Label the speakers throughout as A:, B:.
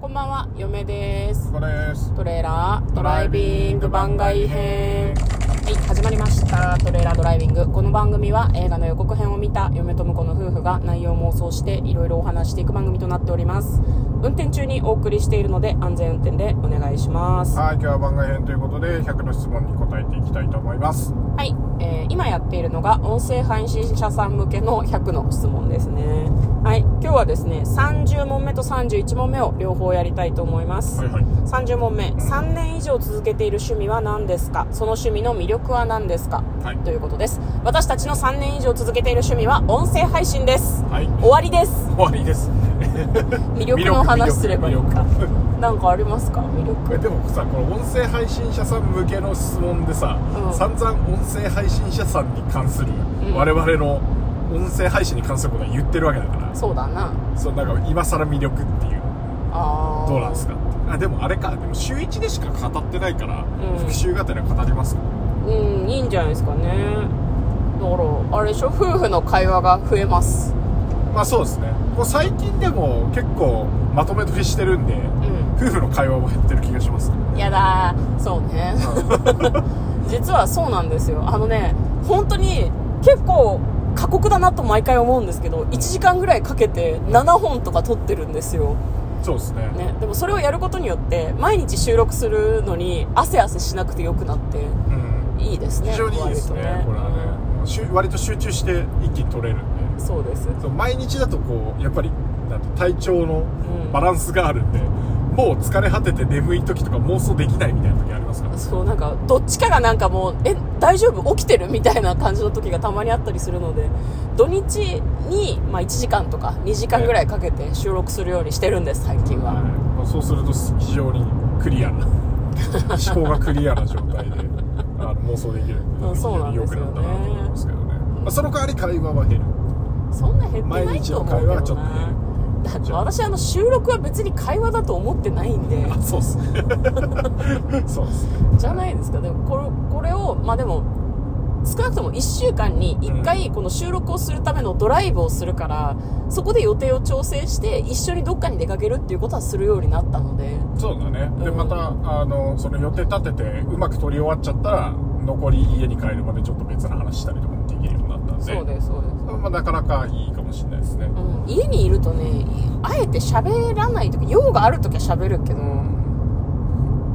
A: こんばんは、嫁です。
B: これです
A: トレーラードライビング番外編。はい、始まりました。トレーラードライビング。この番組は映画の予告編を見た嫁と婿の夫婦が内容を妄想していろいろお話していく番組となっております。運転中にお送りしているので安全運転でお願いします。は
B: はい今日は番外編ということで100の質問に答えていきたいと思います
A: い、えー今やっているのが音声配信者さん向けの100の質問ですね。はい、今日はですね、30問目と31問目を両方やりたいと思います。
B: はい
A: 30問目3年以上続けている趣味は何ですかその趣味の魅力は何ですか、
B: はい
A: ということです私たちの3年以上続けている趣味は音声配信です
B: はい
A: 終わりです
B: 終わりです
A: 魅力の話すればいいか
B: 魅力
A: なんかありますか魅力
B: えでもさこの音声配信者さん向けの質問でさ、
A: うん
B: 散々音声配信者さんに関する、我々の音声配信に関することは言ってるわけだから
A: そうだな
B: そうなんか今更魅力っていう
A: あー
B: どうなんですかあでもあれかでも週1でしか語ってないから、
A: うん
B: 復習がてら語りますか
A: うんいいんじゃないですかねだからあれでしょ夫婦の会話が増えます
B: まあそうですねこう最近でも結構まとめ取りしてるんで
A: うん
B: 夫婦の会話も減ってる気がしますね
A: やだーそう ね実はそうなんですよあのね本当に結構過酷だなと毎回思うんですけど1時間ぐらいかけて7本とか撮ってるんですよ、
B: そうですね
A: ね、でもそれをやることによって毎日収録するのに汗汗しなくてよくなって
B: うん
A: いいですね
B: 非常にいいですね
A: 割と
B: これはねしゅ割と集中して一気に取れるんで
A: そうです
B: そう毎日だとこうやっぱりなんて体調の
A: ん
B: バランスがあるんで、もう疲れ果てて眠い時とか妄想できないみたいな時ありますから
A: そうなんかどっちかがなんかもうえ大丈夫起きてるみたいな感じの時がたまにあったりするので土日に、まあ、1時間とか2時間ぐらいかけて収録するようにしてるんです最近は、
B: はいそうすると非常にクリアな思考がクリアな状 態であの妄想できるん
A: うんそうなん
B: 非常に良
A: です
B: く
A: よね
B: なったなと思いますけどね、まあ、その代わり会話は減る
A: そんな減ってな
B: 毎
A: い
B: 日
A: と
B: の
A: 思う
B: 会
A: け
B: 話はち
A: ど
B: ょっと減
A: な
B: る
A: だって私あの収録は別に会話だと思ってないんで
B: あそうっすね そうっすね
A: じゃないですかでもこれこれをまあでも少なくとも1週間に1回この収録をするためのドライブをするからそこで予定を調整して一緒にどっかに出かけるっていうことはするようになったので
B: そうだねで
A: うん
B: またあのその予定立ててうまく取り終わっちゃったら残り家に帰るまでちょっと別の話したりとかもできるようになったんで
A: そうですそうです
B: まあ、なかなかいいかもしれないですね、
A: うん家にいるとねあえて喋らない時用がある時は喋るけど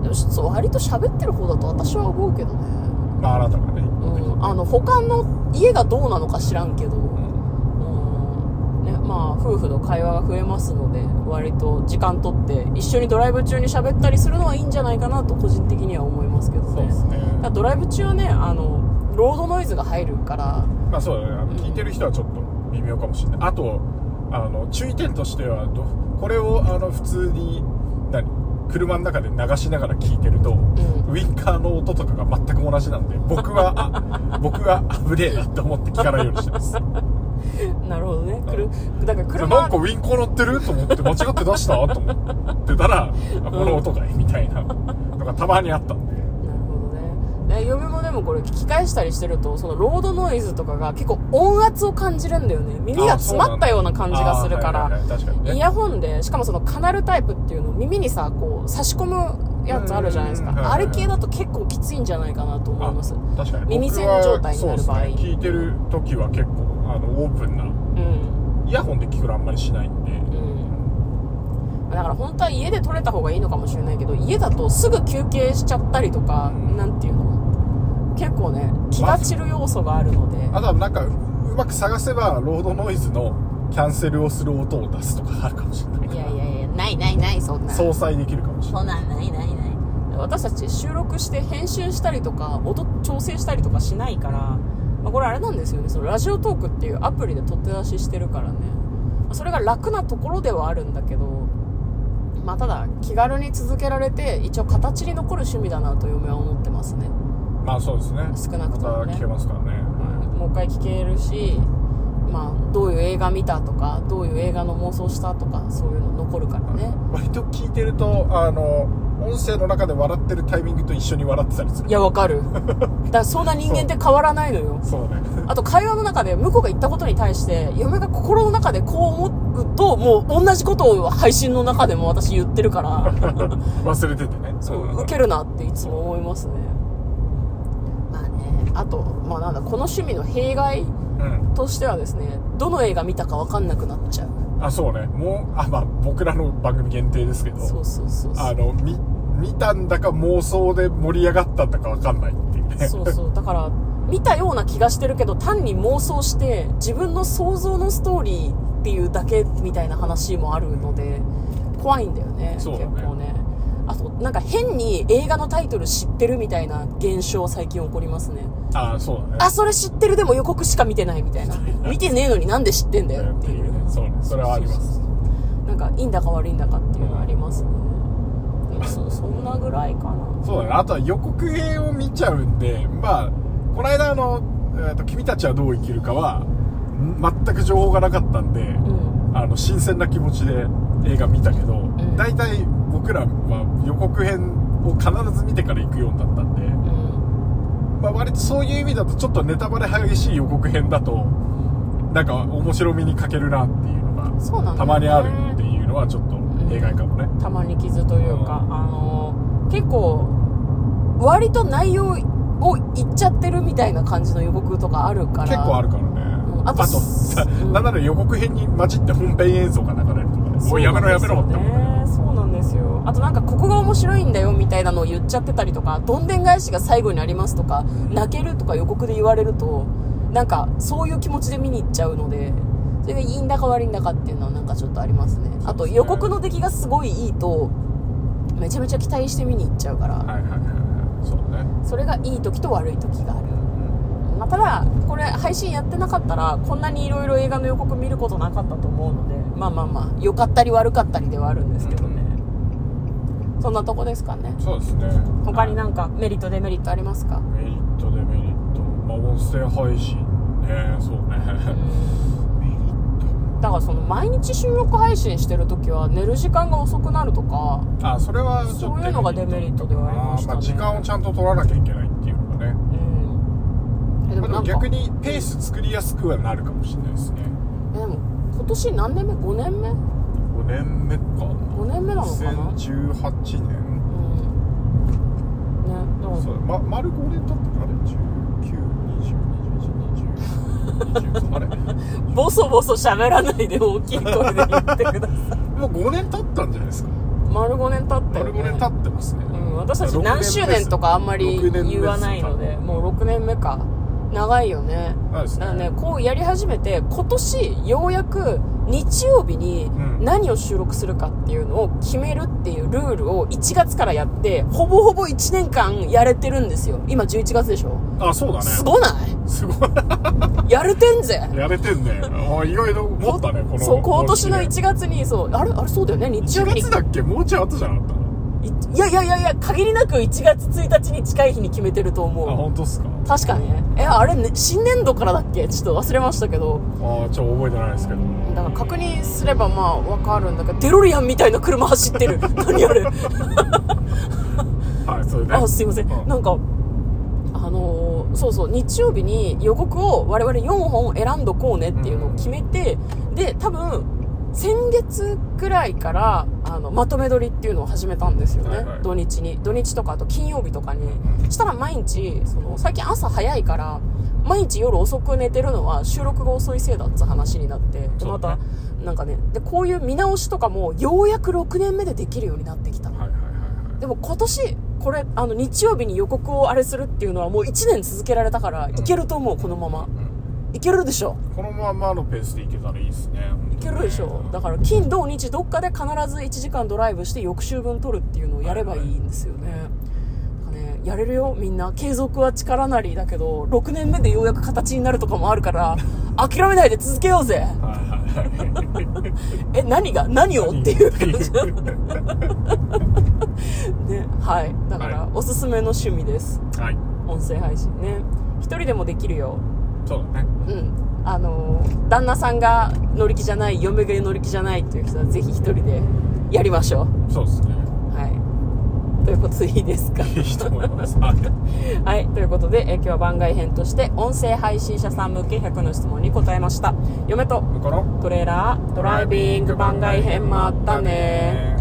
A: でもそう割と喋ってる方だと私は思うけどね
B: まああなたがね一方的に、
A: うん、あの他の家がどうなのか知らんけど、うんねまあ、夫婦の会話が増えますので割と時間取って一緒にドライブ中に喋ったりするのはいいんじゃないかなと個人的には思いますけど
B: そう
A: ね
B: です
A: だ
B: ね
A: からドライブ中はねあのロードノイズが入るから
B: まあそうだねあの聞いてる人はちょっと微妙かもしれないあとあの注意点としてはどこれをあの普通に何車の中で流しながら聞いてると、ウインカーの音とかが全く同じなんで僕はあ僕は危ねえなって思って聞かないようにしてます
A: なるほどねくるだから
B: なん
A: 車
B: かウィンカー乗ってると思って間違って出したと思ってたら、あこの音がいいみたいなのがたまにあったんで
A: なるほどねで嫁もでもこれ聞き返したりしてるとそのロードノイズとかが結構音圧を感じるんだよね耳が詰まったような感じがするから
B: あーはいはいはい確かにね
A: イヤホンでしかもそのカナルタイプっていうの耳にさこう差し込むやつあるじゃないです
B: うんうんうん
A: か
B: は
A: あ
B: いはい
A: れ系だと結構きついんじゃないかなと思います
B: 確かに
A: 耳栓状態になる場合
B: 僕はそうですね聞いてる時は結構あのオープンな
A: うん
B: イヤホンで聞くのあんまりしないんで
A: うんだから本当は家で撮れた方がいいのかもしれないけど家だとすぐ休憩しちゃったりとか
B: うん
A: なんていうの結構ね気が散る要素があるので
B: あとはなんかうまく探せばロードノイズのキャンセルをする音を出すとかあるかもしれないから
A: いやいやいやないないないそんな
B: 相殺できるかもしれない
A: んなんないないない私たち収録して編集したりとか音調整したりとかしないから、まあ、これあれなんですよねそのラジオトークっていうアプリで取って出ししてるからねまあそれが楽なところではあるんだけどまあただ気軽に続けられて一応形に残る趣味だなと嫁は思ってますね
B: まあそうですね
A: 少なくともね
B: また聞けますからね、
A: もう一回聞けるしまあどういう映画見たとかどういう映画の妄想したとかそういうの残るからね
B: 割と聞いてるとあの音声の中で笑ってるタイミングと一緒に笑ってたりする
A: いやわかるだからそんな人間って変わらないのよ
B: そうね
A: あと会話の中で向こうが言ったことに対して嫁が心の中でこう思ともう同じことを配信の中でも私言ってるから
B: 忘れててね
A: そう受けるなっていつも思いますねまあねあとまあなんだこの趣味の弊害
B: うん
A: としてはですねどの映画見たか分かんなくなっちゃう
B: あそうねもうあまあ僕らの番組限定ですけど
A: そうそうそうそ
B: あ
A: う
B: の見見たんだか妄想で盛り上がったんだかわかんないっていうね
A: そうそうだから見たような気がしてるけど単に妄想して自分の想像のストーリーっていうだけみたいな話もあるので怖いんだよね
B: そうだね
A: 結構ねあとなんか変に映画のタイトル知ってるみたいな現象最近起こりますね
B: あそうだね
A: あそれ知ってるでも予告しか見てないみたいな見てねえのになんで知ってんだよっていう
B: ねそうねそれはあります
A: そうそうそうなんかいいんだか悪いんだかっていうのはありますね、でもそそんなぐらいかな
B: そうだねあとは予告編を見ちゃうんでまあこの間あの、えーと「君たちはどう生きるかは」ん全く情報がなかったんで、
A: うん
B: あの新鮮な気持ちで映画見たけど、
A: ん
B: 大体僕らは予告編を必ず見てから行くようになったんで、
A: うん
B: まあ、割とそういう意味だとちょっとネタバレ激しい予告編だとなんか面白みに欠けるなっていうのが
A: そうなんだよね
B: たまにあるっていうのはちょっと弊害かもね、
A: たまに傷というか、あの結構割と内容を言っちゃってるみたいな感じの予告とかあるから
B: 結構あ
A: る
B: るから
A: う
B: ね、
A: んあと
B: あとさ、
A: うん
B: なんなら予告編に混じって本編映像が流れるとかねもうやめろやめろって思う
A: ねそうなんですよあとなんかここが面白いんだよみたいなのを言っちゃってたりとかどんでん返しが最後にありますとか泣けるとか予告で言われるとなんかそういう気持ちで見に行っちゃうのでそれがいいんだか悪いんだかっていうのはなんかちょっとありますねあと予告の出来がすごいいいとめちゃめちゃ期待して見に行っちゃうから、
B: はいはいはいはいそうね
A: それがいい時と悪い時がある、まあ、ただこれ配信やってなかったらこんなにいろいろ映画の予告見ることなかったと思うのでまあまあまあ良かったり悪かったりではあるんですけどね、そんなとこですかね
B: そうですね
A: 他に
B: な
A: なんかメリットデメリットありますか
B: メリットデメリットまあ音声配信ねそうねメリット
A: だからその毎日収録配信してる時は寝る時間が遅くなるとか
B: あそれはちょっと
A: そういうのがデメリットではありましたね
B: あーあ時間をちゃんと取らなきゃいけないっていうのがね
A: うんえで
B: ま
A: も
B: あで
A: な
B: も
A: んか
B: 逆にペース作りやすくはなるかもしれないですね
A: えでも今年何年目5年目
B: 5年目か5
A: 5年目なのかな
B: 2018年
A: うんねでも
B: そうま丸5年経ってあれ1920212020あれ
A: ボソボソ喋らないで大きい声で言ってください
B: もう5年経ったんじゃないですか
A: 丸5年経ったよ、ね、
B: 丸5年経ってますね、
A: うん、私たち何周年とかあんまり言わないのでもう6年目か長いよね
B: そうです
A: だからね
B: ね
A: こうやり始めて今年ようやく日曜日に
B: うん
A: 何を収録するかっていうのを決めるっていうルールを1月からやってほぼほぼ1年間やれてるんですよ今11月でしょ
B: あそうだね
A: すごない
B: すごい
A: やれてんぜ
B: やれてんねあ意外と持ったねこの
A: そう今年の
B: こ
A: 1月にそうあれあれそうだよね日曜
B: 1
A: 日に
B: 月だっけもうちょい後じゃなかった
A: いいやいやいやいや限りなく1月1日に近い日に決めてると
B: あ
A: 思う
B: 本当っすか
A: 確かねえあれ、ね、新年度からだっけちょっと忘れましたけど
B: ああちょっと覚えてないですけど
A: だから確認すればまあわかるんだけどデロリアンみたいな車走ってる何あれ
B: はいそれね
A: あすいません
B: うん
A: なんかあのーそうそう日曜日に予告を我々4本選んどこうねっていうのを決めてで多分先月くらいからあのまとめ撮りっていうのを始めたんですよね、
B: はいはい
A: 土日に土日とかあと金曜日とかにしたら毎日その最近朝早いから毎日夜遅く寝てるのは収録が遅いせいだって話になってで
B: そう
A: ま
B: ね
A: たなんかねでこういう見直しとかもようやく6年目でできるようになってきた
B: はいはいはいはい
A: でも今年これあの日曜日に予告をあれするっていうのはもう1年続けられたからいけると思うこのままいけるでしょ
B: このままのペースでいけたらいいですね
A: いけるでしょだから金土日どっかで必ず1時間ドライブして翌週分取るっていうのをやればいいんですよねなんかねやれるよみんな継続は力なりだけど6年目でようやく形になるとかもある から諦めないで続けようぜ
B: はいはいはい
A: え何が何をっていう感じ
B: は
A: ねはいだから
B: はい
A: おすすめの趣味です
B: い
A: 音声配信ね一人でもできるよ
B: そうだね
A: うん、あのー旦那さんが乗り気じゃない嫁が乗り気じゃないっていう人はぜひ一人でやりましょ
B: そうですね
A: うはいということでいいですか
B: いいと思います。はい。
A: はい、ということで、えー今日は番外編として音声配信者さん向け100の質問に答えました嫁と
B: この
A: トレーラードライビング番外編もあったね